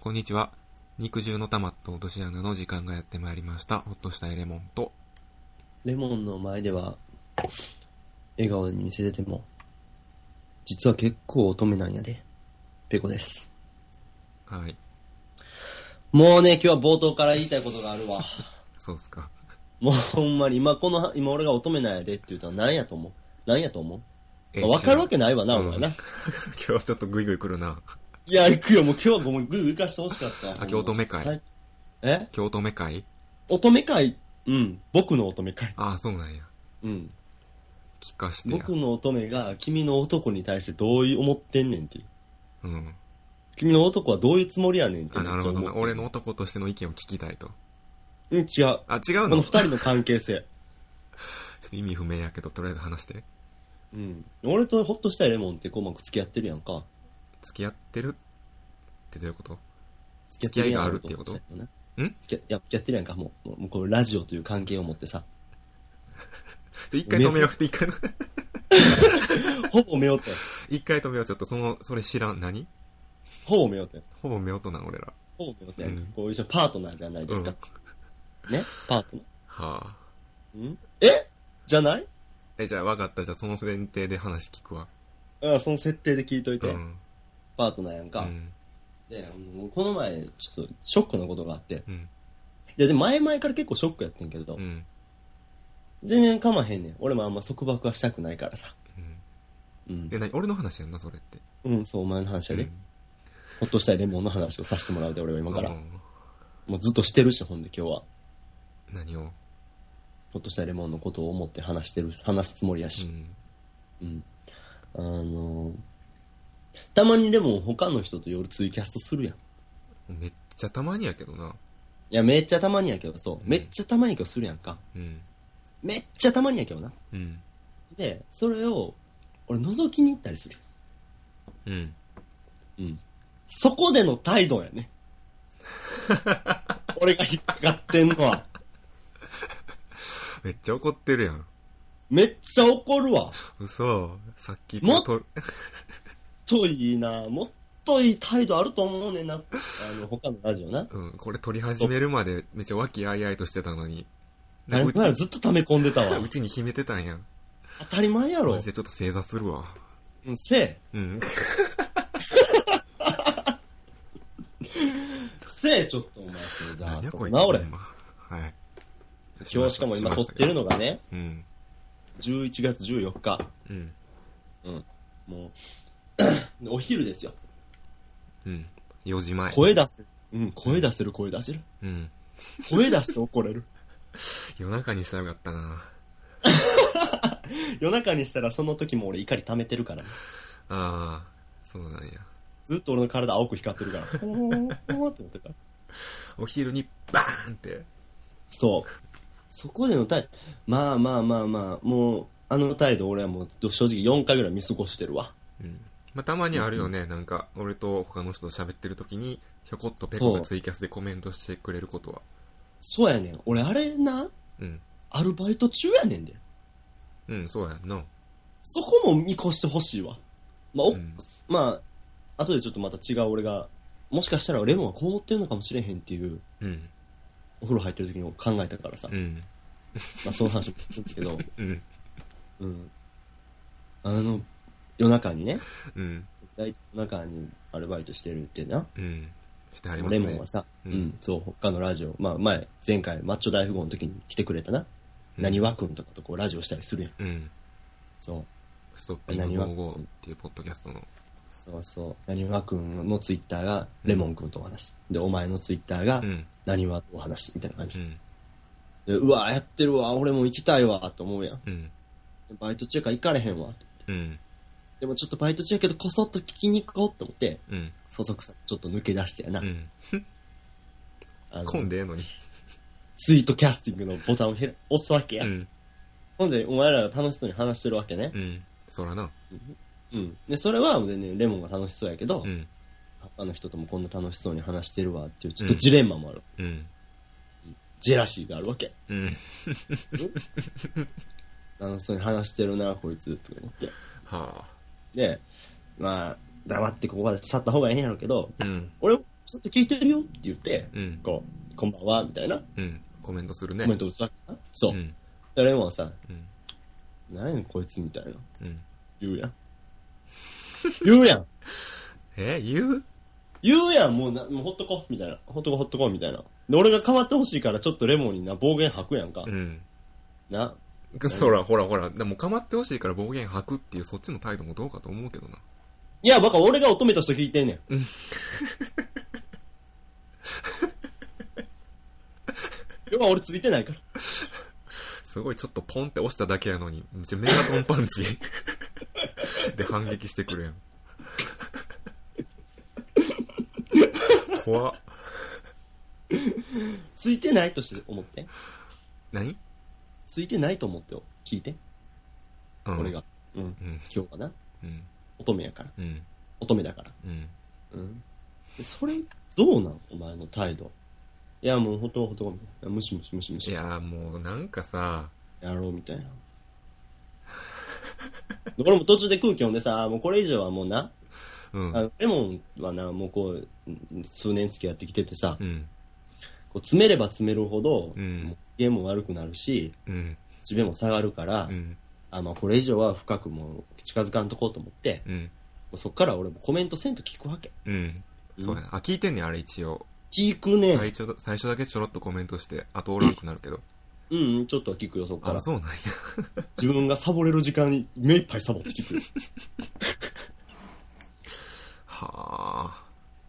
こんにちは。肉汁の玉と落とし穴の時間がやってまいりました。ほっとしたいレモンと、レモンの前では、笑顔に見せてても、実は結構乙女なんやで。ペコです。はい。もうね、今日は冒頭から言いたいことがあるわ。 そうっすか。もうほんまに、今この、今俺が乙女なんやでって言うとは何やと思う何やと思うえわかるわけないわな、うんお前な。今日ちょっとグイグイ来るな。いや、行くよ、もう今日はごめん、ぐいぐい行かしてほしかった。あ今日乙女会さい。え京都目会乙女会うん、僕の乙女会。ああ、そうなんや。うん。聞かしてや。僕の乙女が君の男に対してどういう思ってんねんっていう。うん。君の男はどういうつもりやねんってあ、めなっるちゃほど思な。って俺の男としての意見を聞きたいと。うん、違う。あ、違うこのの二ちょ人の関係性。っと意味不明やけど、とりあえず話して。うん。俺とホッとしたいレモンってこううまく付き合ってるやんか。付き合ってるってどういうこと付き合いがあるっていうことん付んき合いや、付き合ってるやんか。もう、もうもうこのラジオという関係を持ってさ。ちょ、一回止めよう。一回、ほぼ目音やん。 一回止めよう。ちょっとその、それ知らん。何ほぼ目音やん。ほぼ目音なん、俺ら。ほぼ目音やうんん。こういう人パートナーじゃないですか。ねパートナはあ。ー。うんえじゃないえ、じゃあ分かった。じゃあその前提で話聞くわ。うん、その設定で聞いといて。うん。パートナーやんうか。ん。で、もうこの前、ちょっとショックなことがあって。うん。で、で、前々から結構ショックやってんけれどう。ん。全然かまへんねん。俺もあんま束縛はしたくないからさ。うんうんえ、。なに俺の話やんな、それって。うん、そう、お前の話やで。ほっとしたいレモンの話をさせてもらうで、俺はう今ん。からう。んもうずっとしてるし、ほんで今日は。何をほっとしたいレモンのことを思って話してる、話すつもりやうし。ん。うん。あのーたまにレモン他の人と夜ツイキャストするやん。いめっちゃたまにやけどな。や、めっちゃたまにやけど、そうう。んめっちゃたまにやけどするやんか。うん。めっちゃたまにやけどな。うん。で、それを、俺覗きに行ったりする。うん。うん。そこでの態度や ね。俺が引っかかってんのは。めっちゃ怒ってるやん。めっちゃ怒るわ。嘘。さっきもっとるもっといいなもっといい態度あると思うねんなあの他のラジ オなうん。これ撮り始めるまでめっちゃ和気あいあいとしてたのに。あなんれかなうらずっと溜め込んでたちわうちに秘めてたんや。当たり前や ろマジでちょっと正座するわ。うんせえうん。せえちょっとお前それじ ゃ何あやそこういつ。な俺ほんまはい。今日しかも今撮ってるのがねうん。 11月14日うん。うんもう お昼ですようん。4時前。声出せるうん声出せる声出せるうん。声出して怒れる 夜中にしたらよかったな。夜中にしたらその時も俺怒り溜めてるからねああ、そうなんや。ずっと俺の体青く光って るからほーほーってなってるからお昼にバーンって。そう。そこでの態度、まあまあまあまあ、もう、あの態度俺はもう正直4回ぐらい見過ごしてるわ。うん。まあ、たまにあるよね。なんか、俺と他の人と喋ってる時に、ひょこっとペコがツイキャスでコメントしてくれることは。そうやねん。俺あれな、うん。アルバイト中やねんで。うん、そうやんな。そこも見越してほしいわ。まあ、お、うんまあ、後でちょっとまた違う俺が、もしかしたらレモンはこう思ってるのかもしれへんっていう、うん。お風呂入ってる時に考えたからさ。うん。まあその話も聞くんだけ ど、うん。うん。あの、夜中にね、うん。大体夜中にアルバイトしてるってな。うん。してあそりのますレモンねは。さ、ううんん、そう、他のラジオ、まあ前、前回、マッチョ大富豪の時に来てくれたな。うんなにわくんとかとこうラジオしたりするやん。うん。そう。ストッピング55っていうポッドキャストの。そうそう。なにわくんのツイッターが、レモンくんとお話。で、お前のツイッターがう、ん。なにわとお話、みたいな感うじ。ん。でうわ、やってるわ、俺も行きたいわ、と思うやん。うん。バイト中から行かれへんわ。うん。でもちょっとバイト中やけど、こそっと聞きに行こうと思って、うん。そそくさ、ちょっと抜け出してやな。うん。あ混んの、でええのに。ツイートキャスティングのボタンをひら押すわけうや。ん。ほんで、お前らが楽しそうに話してるわけね。うん。そらな。うん。で、それは全然レモンが楽しそうやけど、うん。他の人ともこんな楽しそうに話してるわっていう、ちょっとジレンマもある。うん。ジェラシーがあるわけ。うん。楽しそうに話してるな、こいつ、とか思って。はで、まあ、黙ってここまで去った方がええんやろうけど、あ。うん。俺もずっと聞いてるよって言って、うん。こう、こんばんは、みたいなうん。コメントするね。コメント打つわけな。そうう。ん。でレモンはさ、うん。何やねんこいつみたいな。うん。言うやん。言うやんえ言う言うやんもうな、もうほっとこうみたいな。ほっとこうほっとこうみたいな。で、俺が変わってほしいから、ちょっとレモンにな、暴言吐くやんか。うん。な。 ほらほらほら、でも構ってほしいから暴言吐くっていうそっちの態度もどうかと思うけどな。いや、バカ、俺が乙女として聞いてんねん。要は俺ついてないから。すごいちょっとポンって押しただけやのに、めっちゃメガトンパンチ で反撃してくるやん。怖っ。ついてないとして思って。何ついてないと思ってよ。聞いて。うん。俺。が。うん。うん。今日はな。うん。乙女やから。うん。乙女だから。うん。うん。でそれ、どうなんお前の態度。いや、もうほっとこうほっとこうみたいな。むしむしむしむいし。やーもうなんかさ、やろうみたいな。 で俺も途中で空気読んでさ、あーもうこれ以上はもうな、うん。あのレモンはな、もうこう、うん数年付き合ってきててさ、うん。こう詰めれば詰めるほど、うんもうゲームも悪くなるし、うん。地面も下がるから、うん。あまあこれ以上は深くもう近づかんとこうと思って、もうん。うそっから俺もコメントせんと聞くわけ。うん。そうやな。あ、聞いてんねん、あれ一応。聞くね。最初だ、最初だけちょろっとコメントして、後おらんくなるけど。うんうん、ちょっとは聞くよ、そっからあ、。そうなんや。自分がサボれる時間に目いっぱいサボって聞くよ。はあ。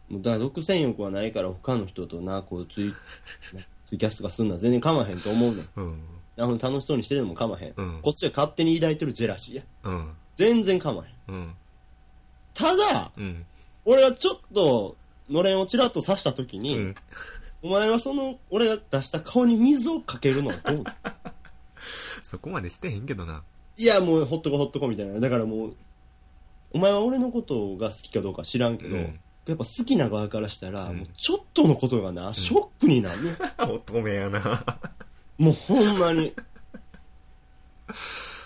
もうだから独占欲はないから他の人とな、こうツイ、ツイキャスとかするのは全然構わへんと思うねん。うん。あの楽しそうにしてるのも構わへん。うんこっちが勝手に抱いてるジェラシーや。うん。全然構わへん。うん。ただ、うん。俺がちょっと、のれんをちらっと刺した時うに、ん。お前はその、俺が出した顔に水をかけるのはどう そこまでしてへんけどな。いや、もうほっとこほっとこみたいな。だからもう、お前は俺のことが好きかどうか知らんけど、うんやっぱ好きな側からしたら、うんもうちょっとのことがな、ショックになるね。乙女やな。もうほんまに。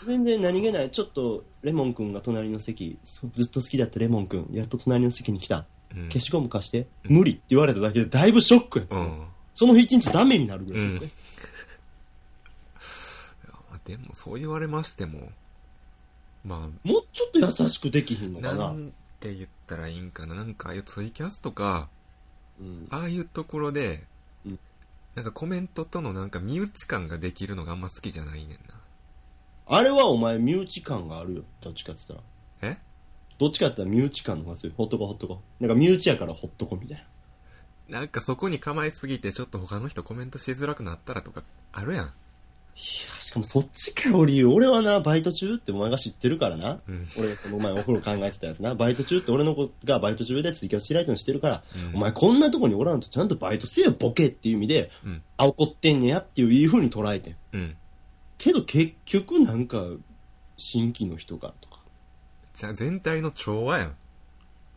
全然何気ない。ちょっと、レモンくんが隣の席、そずっと好きだったレモンくん、やっと隣の席に来た。うん消しゴム貸して、うん無理って言われただけでだいぶショックやった、うん。その日一日ダメになるぐらいショックね、でも、そう言われましても、まもうちょっと優しくできひんあ、のかななんて言ったらいいんかな。なんか、ああいうツイキャスとか、うん、ああいうところでうん、なんかコメントとのなんか身内感ができるのがあんま好きじゃないねんな。あれはお前身内感があるよどっちかって言ったらえどっちかって言ったら身内感の方が強いほっとこほっとこなんか身内やからほっとこみたいななんかそこに構えすぎてちょっと他の人コメントしづらくなったらとかあるやん。いやしかもそっちかよ理由俺はなバイト中ってお前が知ってるからなうん。俺この前お風呂考えてたやつなバイト中って俺の子がバイト中でツイキャス開いてるのしてるから、うんお前こんなとこにおらんとちゃんとバイトせよボケっていう意味で、うんあ怒ってんねやっていういい風に捉えてんうん。けど結局なんか新規の人がとかじゃあ全体の調和やん。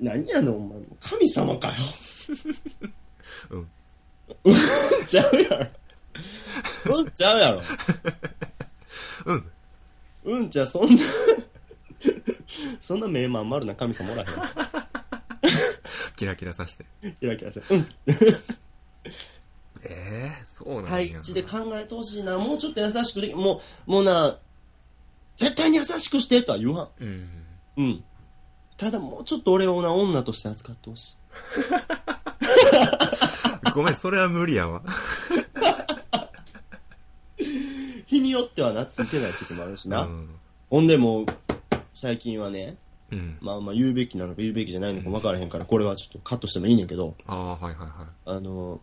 何やのお前神様かよ うんうんちゃうやろうんちゃうやろ うん。うんちゃうそんな そんな目まん丸な神様おらへんキラキラさして。キラキラしてうんええそうなん配や。置で考えてほしいな。もうちょっと優しくでき、もう、もうな、絶対に優しくしてとは言わん。うん。うん。ただもうちょっと俺をな、女として扱ってほしい。ごめん、それは無理やわ。日によってはな、ついてない時もあるしな。うん。ほんでもう、最近はね、うん。まあまあ言うべきなのか言うべきじゃないのか分からへんから、これはちょっとカットしてもいいねんけど、ああ、はいはいはあの、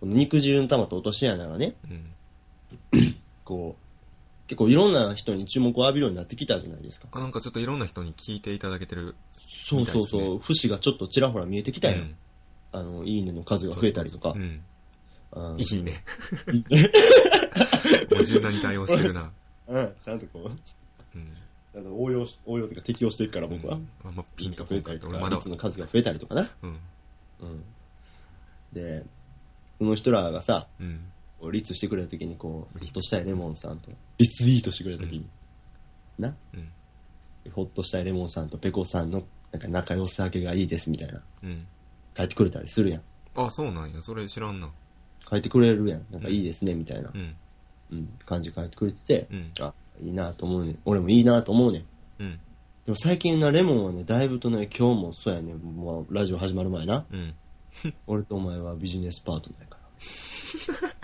この肉汁の玉と落とし穴がね、い。うん。 こう、結構いろんな人に注目を浴びるようになってきたじゃないですか。あなんかちょっといろんな人に聞いていただけてる。そうそうそう、節がちょっとちらほら見えてきたよ。うんあの、いいねの数が増えたりとかう。ん。あのいいね。もう柔軟に対応してるな。うん、ちゃんとこうう、ん。ちゃんと応用し、応用というか適用していくから僕は。あんまピンとこ増えんたかっりた。と俺か、まだ率。の数が増えたりとかな。うん。うん。で、その人らがさ、うん。リツしてくれた時にこう、リツほっとしたいレモンさんと、リツイートしてくれた時に、な、うん。ほっとしたいレモンさんとペコさんの、なんか仲良さげがいいですみたいな、うん。帰ってくれたりするやん。あ、そうなんや。それ知らんな。書いてくれるやん。なんかいいですね、みたいなう、ん。うん、感じ書いてくれてて、うんあ、いいなと思うねん。俺もいいなと思うねん。うん。でも最近な、レモンはね、だいぶとね、今日もそうやねん。もうラジオ始まる前な。うん。俺とお前はビジネスパートナーやから。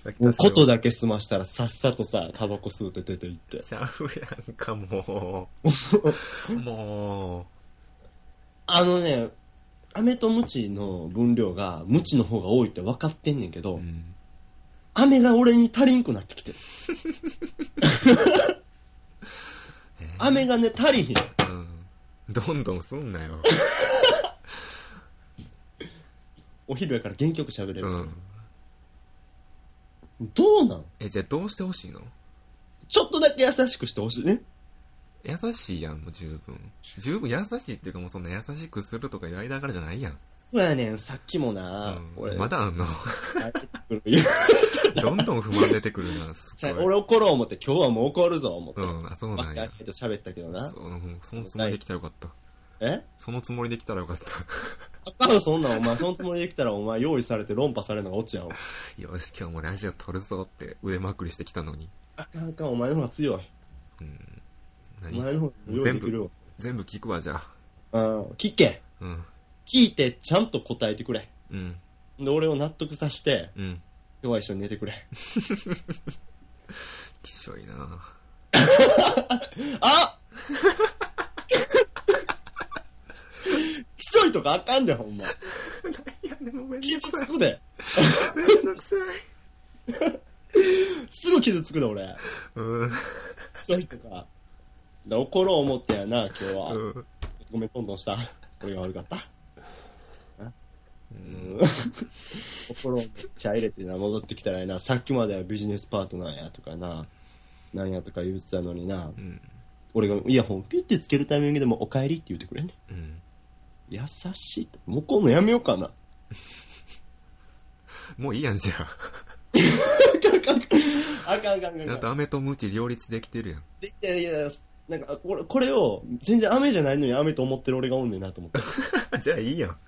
さっきもうことだ。だけ済ましたらさっさとさ、タバコ吸うて出て行って。ちゃうやんか、もう。もあのね、飴とムチの分量が、ムチの方が多いって分かってんねんけど、う。うん。飴が俺に足りんくなって きてる。飴がね、足りひん。うん。どんどんすんなよ。お昼やから原曲喋れる、うん。どうなんえ、じゃあどうしてほしいのちょっとだけ優しくしてほしいね。優しいやん、もう十分。十分優しいっていうかもうそんな優しくするとかいう間からじゃないやん。そうやねん、さっきもうな、俺、ん。まだあんの 帰ってくる言うどんどん不満出てくるな、す ちゃうっごい。俺怒ろう思って、今日はもう怒るぞ思って。うん、あ、そうバなッんてあや。けと喋ったけどなそ。うんそのつもりできたらよかった。えそのつもりできたらよかった。 あかんそんなんお前、そのつもりできたらお前用意されて論破されるのがオチやん。よし、今日もラジオ撮るぞって腕まくりしてきたのに。あかんあかん、お前の方が強い。うん。お何前の方が用意できるわ。全部聞くわ、じゃあ。うん、聞け。うん。聞いて、ちゃんと答えてくれ。うん。で、俺を納得させて、うん。今日は一緒に寝てくれ。 きしょいなあきしょいとかあかんで、ほんま。いや、でもめん傷つくで。どくさい。すぐ傷つくで、俺。うん。きしょいとか。で怒ろう思ってやな、今日は。うん。ごめん、トントンした。俺が悪かった。うん、心をめっちゃ入れてな、戻ってきたらやな、さっきまではビジネスパートナーやとかな、なんやとか言ってたのにな、うん。俺がイヤホンピュってつけるタイミングでもお帰りって言ってくれんねん。うん。優しいって。もうこんのやめようかな。もういいやん、じゃあ。あかんあかんちゃあんかとん。飴とムチ両立できてるやん。でいやいや、なんか、これ、これを、全然雨じゃないのに雨と思ってる俺がおんねんな と思って。 じゃあいいやん。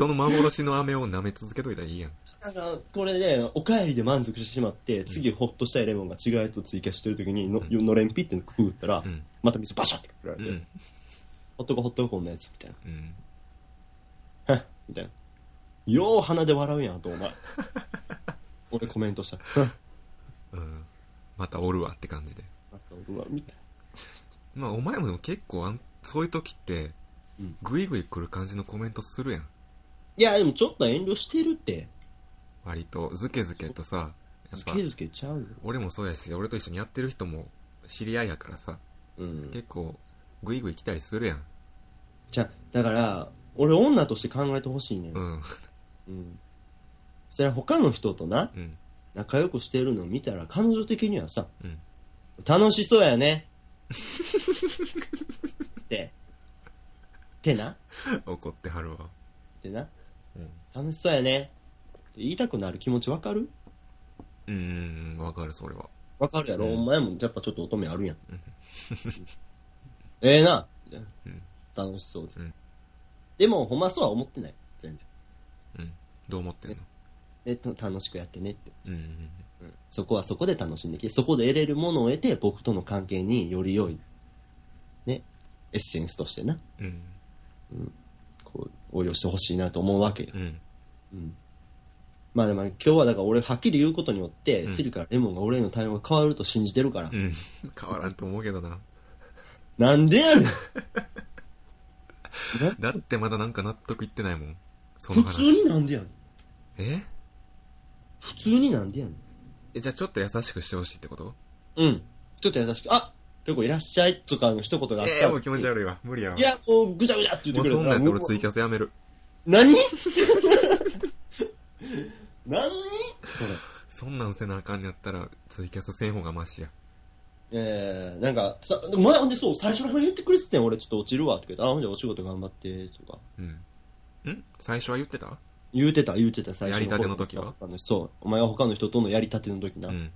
その幻の飴を舐め続けといたらいいやん。なんか、これで、お帰りで満足してしまって、次ホッとしたいレモンが違うやつを追加してる時にの、のれんピってくぐったら う、ん。また水バシャってくらうれて、ん。ほっとこほっとここんなやつ、みたいうん。な。はっ みたいな。よう鼻で笑うやん、と、お前。俺コメントした。 はっうん。またおるわって感じで。またおるわみたいまあ、お前もでも結構あん、そういう時ってうん、グイグイ来る感じのコメントするやん。な。いや、でもちょっと遠慮してるって。割と、ずけずけとさ、やっずぱけ、ずけちゃうよ。俺もそうやし、俺と一緒にやってる人も知り合いやからさ、うん。結構、グイグイ来たりするやん。じゃあだから、俺女として考えてほしいねんう。ん、うん。それは他の人と な、うん、仲良くしてるのを見たら、彼女的にはさ、うん。楽しそうやね。って。ってな。っ怒ってはるわ。てな。うん。楽しそうやね。って言いたくなる気持ちわかるうん、わかる、それは。わかるやろ、うんお前もやっぱちょっと乙女あるやん。 ええな、うん楽しそうで。うんでも、ほんまそうは思ってない。全然。うん。どう思ってんのえっと、楽しくやってねって。うんうん、そこはそこで楽しんできて、そこで得れるものを得て、僕との関係により良い、ね、エッセンスとしてな、うん、こう、応用してほしいなと思うわけよ。うん、うん。まあでも今日はだから俺はっきり言うことによって、うんシリからレモンが俺への対応が変わると信じてるから。うん。変わらんと思うけどな。なんで やねんだってまだなんか納得いってないもん。その普通話。になんでやねんえ普通になんでやねんえ、じゃあちょっと優しくしてほしいってことうん。ちょっと優しく、あ結構いらっしゃいとかの一言があったらええもう気持ち悪いわ。無理やわ。いや、こう、ぐちゃぐちゃって言もってうくれそんなんやったら俺追加。加せやめる。何何 それ。そんなんせなあかんやったらツイキャスせん方がマシや。えー、なんか、さ、でも前、ほんでそう、最初の方に言ってくれてたん俺ちょっと落ちるわ、とか言って、あ、ほんでお仕事頑張って、とか。うん。ん最初は言ってた言うてた、言うてた、最初やりたての時は他の人そう。お前は他の人とのやりたての時な。うん。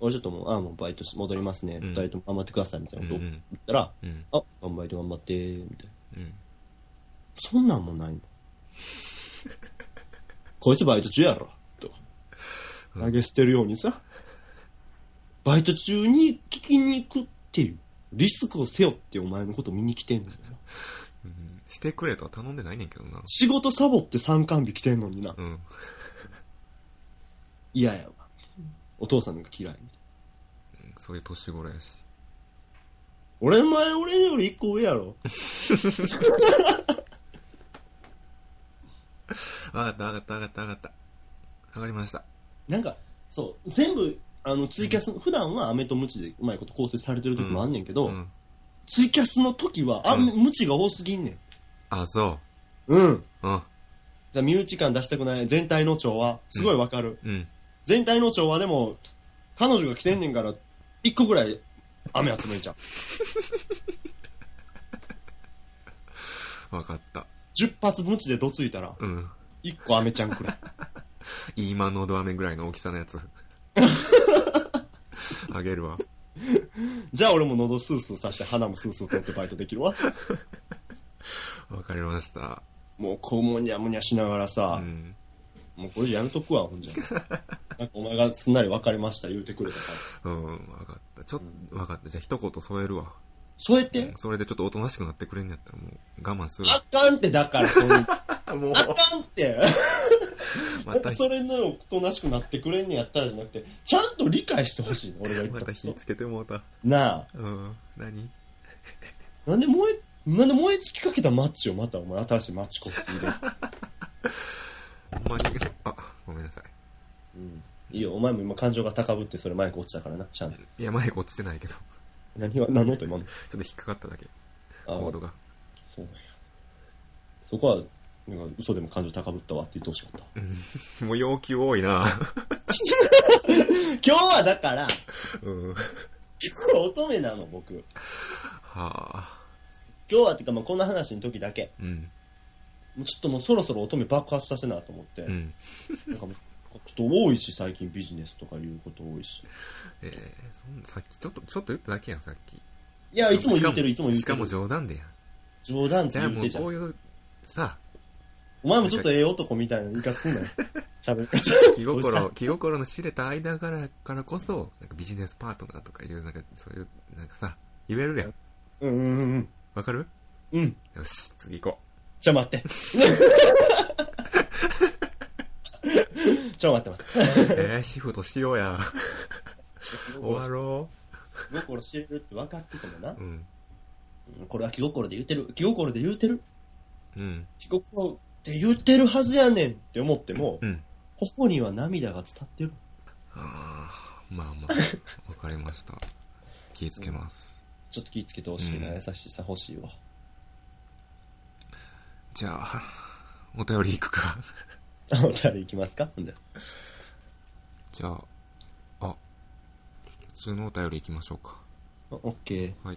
俺ちょっともう、ああ、もうバイトし戻りますね。うん二、人とも頑張ってください、みたういんなうことをん。言ったら、うん。あ、頑張って頑張って、みたいな。うん。そんなんもないの。 こいつバイト中やろ、と。投げ捨てるようにさ、バイト中に聞きに行くっていう、リスクを背負ってお前のこと見に来てんのよな。うんしてくれとは頼んでないねんけどな。仕事サボって参観日来てんのになう。ん。嫌やわ。お父さんなんか嫌い。そういう年頃やし。俺前俺より一個上やろ。あがった上がった上がった上がった。上がりました。なんか、そう、全部、あの、ツイキャス、普段は飴とムチでうまいこと構成されてる時もあんねんけど、うん。ツイキャスの時は、あ、うんムチが多すぎんねん。あ、そうん。う。うん。じゃあ身内感出したくない全体の調和、すごいわかる。うん。全体の調和でも、彼女が来てんねんから、一個ぐらい、雨集めんちゃう。わかった。 10発ムチでどついたら、うん。一個雨ちゃんくらい。今のど飴ぐらいの大きさのやつ。あげるわ。 じゃあ俺も喉スースーさして、鼻もスースー取ってバイトで きるわ。わかりました。もう、こう、もにゃもにゃしながらうさ、ん。もうこれやめとくわ、ほんじゃ。 なんかお前がすんなり分かりました、言うてくれたから。うん、わかった。ちょっと、わかった。じゃあ一言添えるわ。そうやって、それでちょっとおとなしくなってくれんやったらもう我慢する。あかんって、だから、 そういうもうあかんって。また、それのおとなしくなってくれんねやったらじゃなくて、ちゃんと理解してほしいの、俺が言っまたたこと火つけてもうた。なあ。うん。何なんで燃え、なんで燃え尽きかけたマッチをまたお前新しいマッチコス 入れる。ほんまに、あ、ごめんなさい。うん。いいよ、お前も今感情が高ぶってそれマイク落ちたからな、ちゃんと。いや、前落ちてないけど。ち何は、何の音今の。ょっと引っかかっただけ。あコードが。そうなんや。そこは、なんか嘘でも感情高ぶったわって言ってほしかった。もう要求多いな今日はだから、うん。は今日乙女なの、僕。今あ。日はっていうか、まあこんな話の時だけ。うん。もうちょっともうそろそろ乙女爆発させなと思って。うん。なんかもうちょっと多いし、最近ビジネスとかいうこと多いし。えー、そんさっき、ちょっと、ちょっと言っただけやん、さっき。いや、いつも言ってる、しいつかも言っしてかもる。冗談でやん。冗談っじてゃあ言っもてうじゃんこう。いう、さ、お前もちょっとええ男みたいな言い方すんなよ。喋 る。気おじさ心、ん気心の知れた間から、からこそ、なんかビジネスパートナーとかいう、なんか、そういう、なんかさ、言えるやん。うんうんうんわかるうん。うん。よし、次行こちょ、待って。ちょ、待って待って。う。えー、シフトしようや。終わろ気心知れるって分かっててもなう。う。ん。うんこれは気心で言ってる。気心で言うてる。うん。気心で言ってるはずやねんって思ってもう、ん。頬には涙が伝ってる。あー、まあまあ、わかりました。気ぃつけます。ちょっと気ぃつけてほしいな。うん優しさ欲しいわ。じゃあ、お便り行くか。あ、お便り行きますかほんでじゃあ、あ、普通のお便り行きましょうか。あオッケー。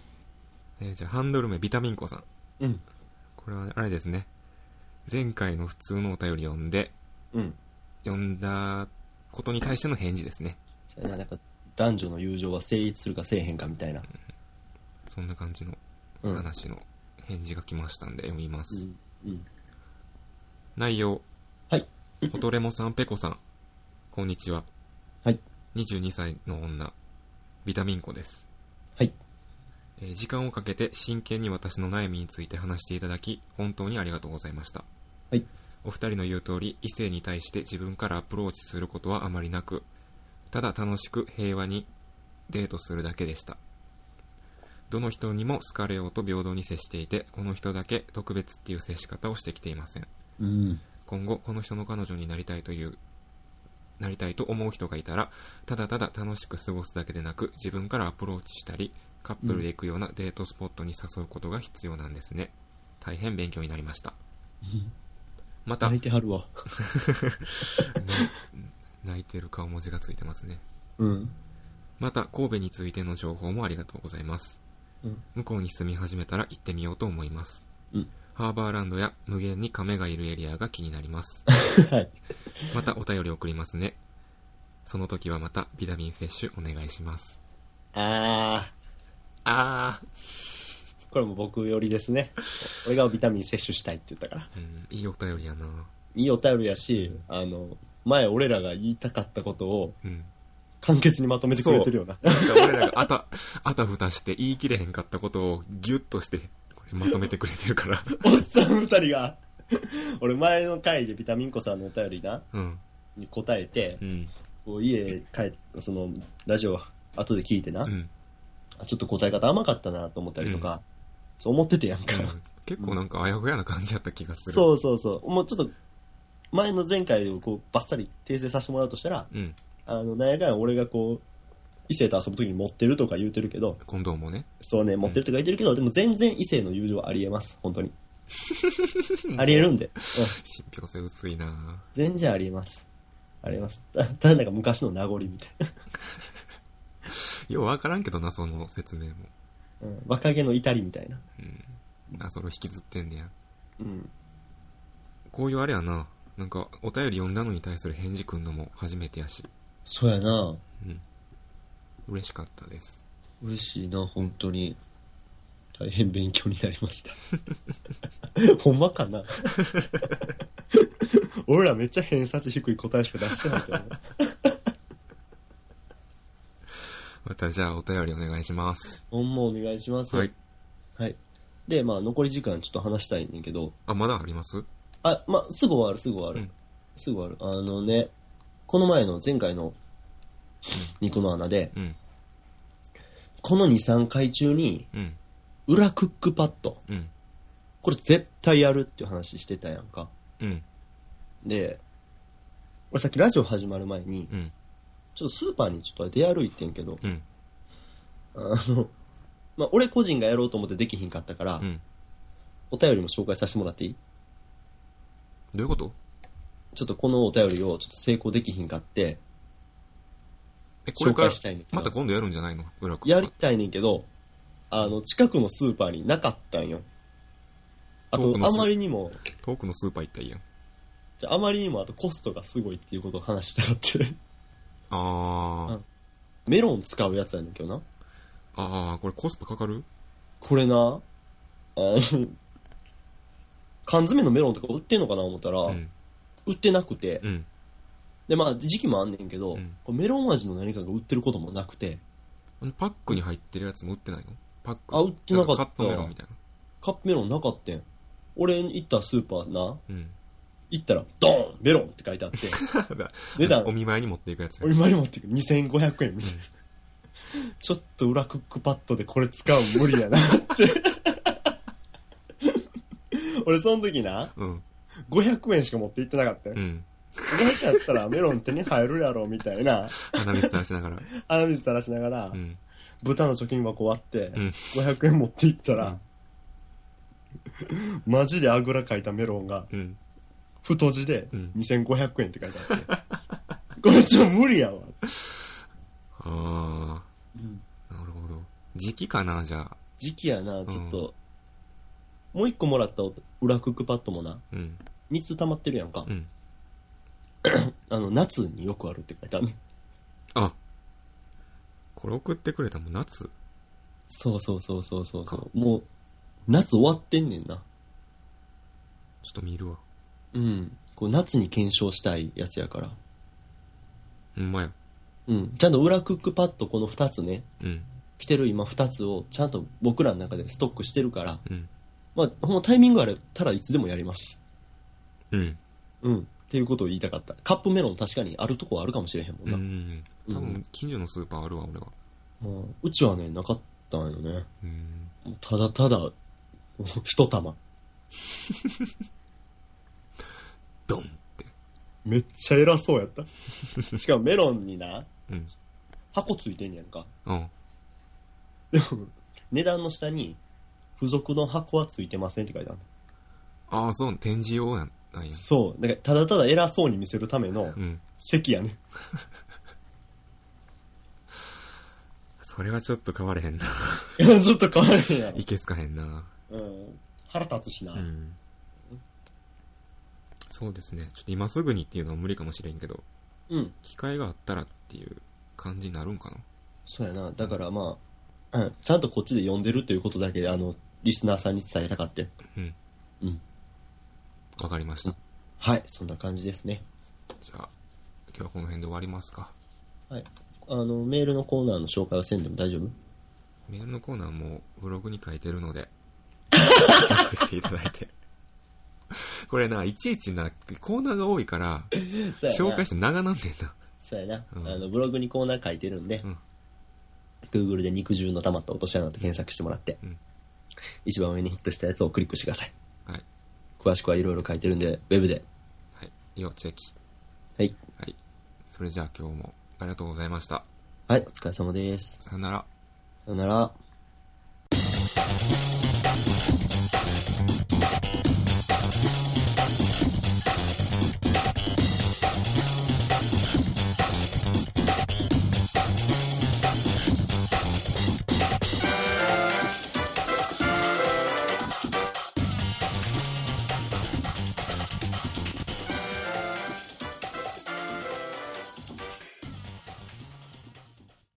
えーじゃあ、ハンドル名、ビタミンコさん。うん。これは、あれですね。前回の普通のお便り読んで、うん。読んだことに対しての返事ですね。それななんか、男女の友情は成立するかせえへんかみたいな。そんな感じのうん話の返事が来ましたんで読みます。うん。内容。はい。ホトレモさん、ペコさん。こんにちは。はい。 22歳の女、ビタミンコです。はい。えー時間をかけて真剣に私の悩みについて話していただき、本当にありがとうございました。はい。お二人の言う通り、異性に対して自分からアプローチすることはあまりなく、ただ楽しく平和にデートするだけでした。どの人にも好かれようと平等に接していて、この人だけ特別っていう接し方をしてきていません。うん。今後この人の彼女になりたいというなりたいと思う人がいたらただただ楽しく過ごすだけでなく自分からアプローチしたりカップルで行くようなデートスポットに誘うことが必要なんですね、大変勉強になりましたまた、泣いてはるわ。泣いてる顔文字がついてますねうん。また神戸についての情報もありがとうございますうん。向こうに住み始めたら行ってみようと思いますうん。ハーバーランドや無限に亀がいるエリアが気になります はい。またお便り送りますね。その時はまたビタミン摂取お願いします。ああこれも僕寄りですね。俺がビタミン摂取したいって言ったから。うん、いいお便りやないいお便りやし、あの、前俺らが言いたかったことをうん。簡潔にまとめてくれてるような。なんか俺らがあた、あたふたして言い切れへんかったことをギュッとして、これまとめてくれてるから。 おっさん二人が、俺前の回でビタミンコさんのお便りな、うん。に答えてう、ん。こう家帰っその、ラジオ後で聞いてな、うん。あちょっと答え方甘かったなと思ったりとか、そう思っててやんか。結構なんかあやふやな感じやった気がする。そうそうそう。もうちょっと、前の前回をこう、バッサリ訂正させてもらうとしたら、う。うん。あの、なんやかんや俺がこう、異性と遊ぶときに持ってるとか言うてるけど、今度もね。そうね、持ってるとか言ってるけど、でも全然異性の友情はありえます、本 当に。ありえるんで。うん信憑性薄いな全然ありえます。ありえます。たただなんか昔の名残みたいな。ようわからんけどな、その説明も。うん、若気の至りみたいな。うん。あ、それを引きずってんねや。うん。こういうあれやな。なんか、お便り読んだのに対する返事くんのも初めてやし。そうやな。うん。嬉しかったです。嬉しいな、本当に。大変勉強になりました。 ほんまかな俺らめっちゃ偏差値低い答えしか出してないけどね。またじゃあお便りお願いします。 ほんまお願いします。はい。。はい。で、まあ残り時間ちょっと話したいんだけど、あ、まだありますあ、まあすぐ終わる、すぐ終わる。うんすぐ終わる。あのね、この前の前回の肉の穴で、うん。この2、3回中にうん。裏クックパッド、うん。これ絶対やるっていう話してたやんか。うん。で、俺さっきラジオ始まる前に、うん。ちょっとスーパーにちょっと出歩いてんけど、うん。あの、まあ、俺個人がやろうと思ってできひんかったから、うん。お便りも紹介させてもらっていいどういうことちょっとこのお便りをちょっと成功できひんかって、え、これか紹ら介したいんだけ、どまた今度やるんじゃないの裏くやりたいねんけど、あの、近くのスーパーになかったんよ。あ遠とく、のあスーまりにも、遠くのスーパー行ったらいいやん。じゃああまりにもあとコストがすごいっていうことを話したかって。あメロン使うやつやねんけどな。ー。あー、これコスパかかるこれな、あの、缶詰のメロンとか売ってんのかな思ったら、うん。売ってなくて、うん。で、まあ、時期もあんねんけど、うんこれメロン味の何かが売ってることもなくて、あのパックに入ってるやつも売ってないのパック。あ売ってなかったんカットメロンみたいな。カップメロンなかったん。俺行ったスーパーな、うん。行ったら、ドーンメロンって書 いてあって、値段お見舞いに持っていくやつや俺今に持ってくる2500円みたいな。ちょっと裏クックパッドでこれ使うの無理やなって。 俺その時な、うん。 500円しか持って行ってなかったよう。ん。 500円やったらメロン手に入るやろみたい な、鼻水垂らしながら。鼻水垂らしながら、うん。豚の貯金箱割って、ん500円持って行ったら、 マジであぐらかいたメロンが、うん。太字でうん2500円って書いてあって、 これちょっと無理やわ。あー。なるほど。時期かな、じゃあ。時期やな、ちょっと、もう一個もらった裏クックパッドもな、うん。 2通溜まってるやんか。うん。あの、夏によくあるって書いてあるね。あ。これ送ってくれたもん、夏。そうそうそうそうそうそかう。もう、夏終わってんねんな。ちょっと見るわ。うん。こう夏に検証したいやつやから。ほんまや。うん。ちゃんと裏クックパッドこの2つね、うん。来てる今2つをちゃんと僕らの中でストックしてるから、うん。まあ、このタイミングあれたらいつでもやります。うん。うん。っていうことを言いたかった。カップメロン確かにあるとこはあるかもしれへんもんうな。ん。うん多分、近所のスーパーあるわ、俺は。まあうちはね、なかったんよね。うん。もうただただ、もう一玉。ドンって。めっちゃ偉そうやった。 しかもメロンにな、うん。箱ついてんねやんか。うん。でも、値段の下に、付属の箱はついてませんって書いてある。ああ、そう、展示用やなんや。そう。だから、ただただ偉そうに見せるためのうん。席やね。 それはちょっと変われへんな。いや、ちょっと変わらへんやろいけすかへんな。うん。腹立つしな。うん。そうですね。ちょっと今すぐにっていうのは無理かもしれんけど、うん。機会があったらっていう感じになるんかな。そうやな。だからまあ、うん、ちゃんとこっちで呼んでるということだけで、あの、リスナーさんに伝えたかって。うん。うん。わかりました。はい、そんな感じですね。じゃあ、今日はこの辺で終わりますか。はい。あの、メールのコーナーの紹介はせんでも大丈夫メールのコーナーもブログに書いてるので、チェックしていただいて。これな、いちいちな、コーナーが多いから、紹介して長なんねんな。そうやな、うんあのブログにコーナー書いてるんで、うん Google で肉汁の溜まった落とし穴と検索してもらって、うん一番上にヒットしたやつをクリックしてくださいはい。詳しくはいろいろ書いてるんでウェブではい。要チェキ。はい、はい。それじゃあ今日もありがとうございました。はい、お疲れ様ですさよなら。さよなら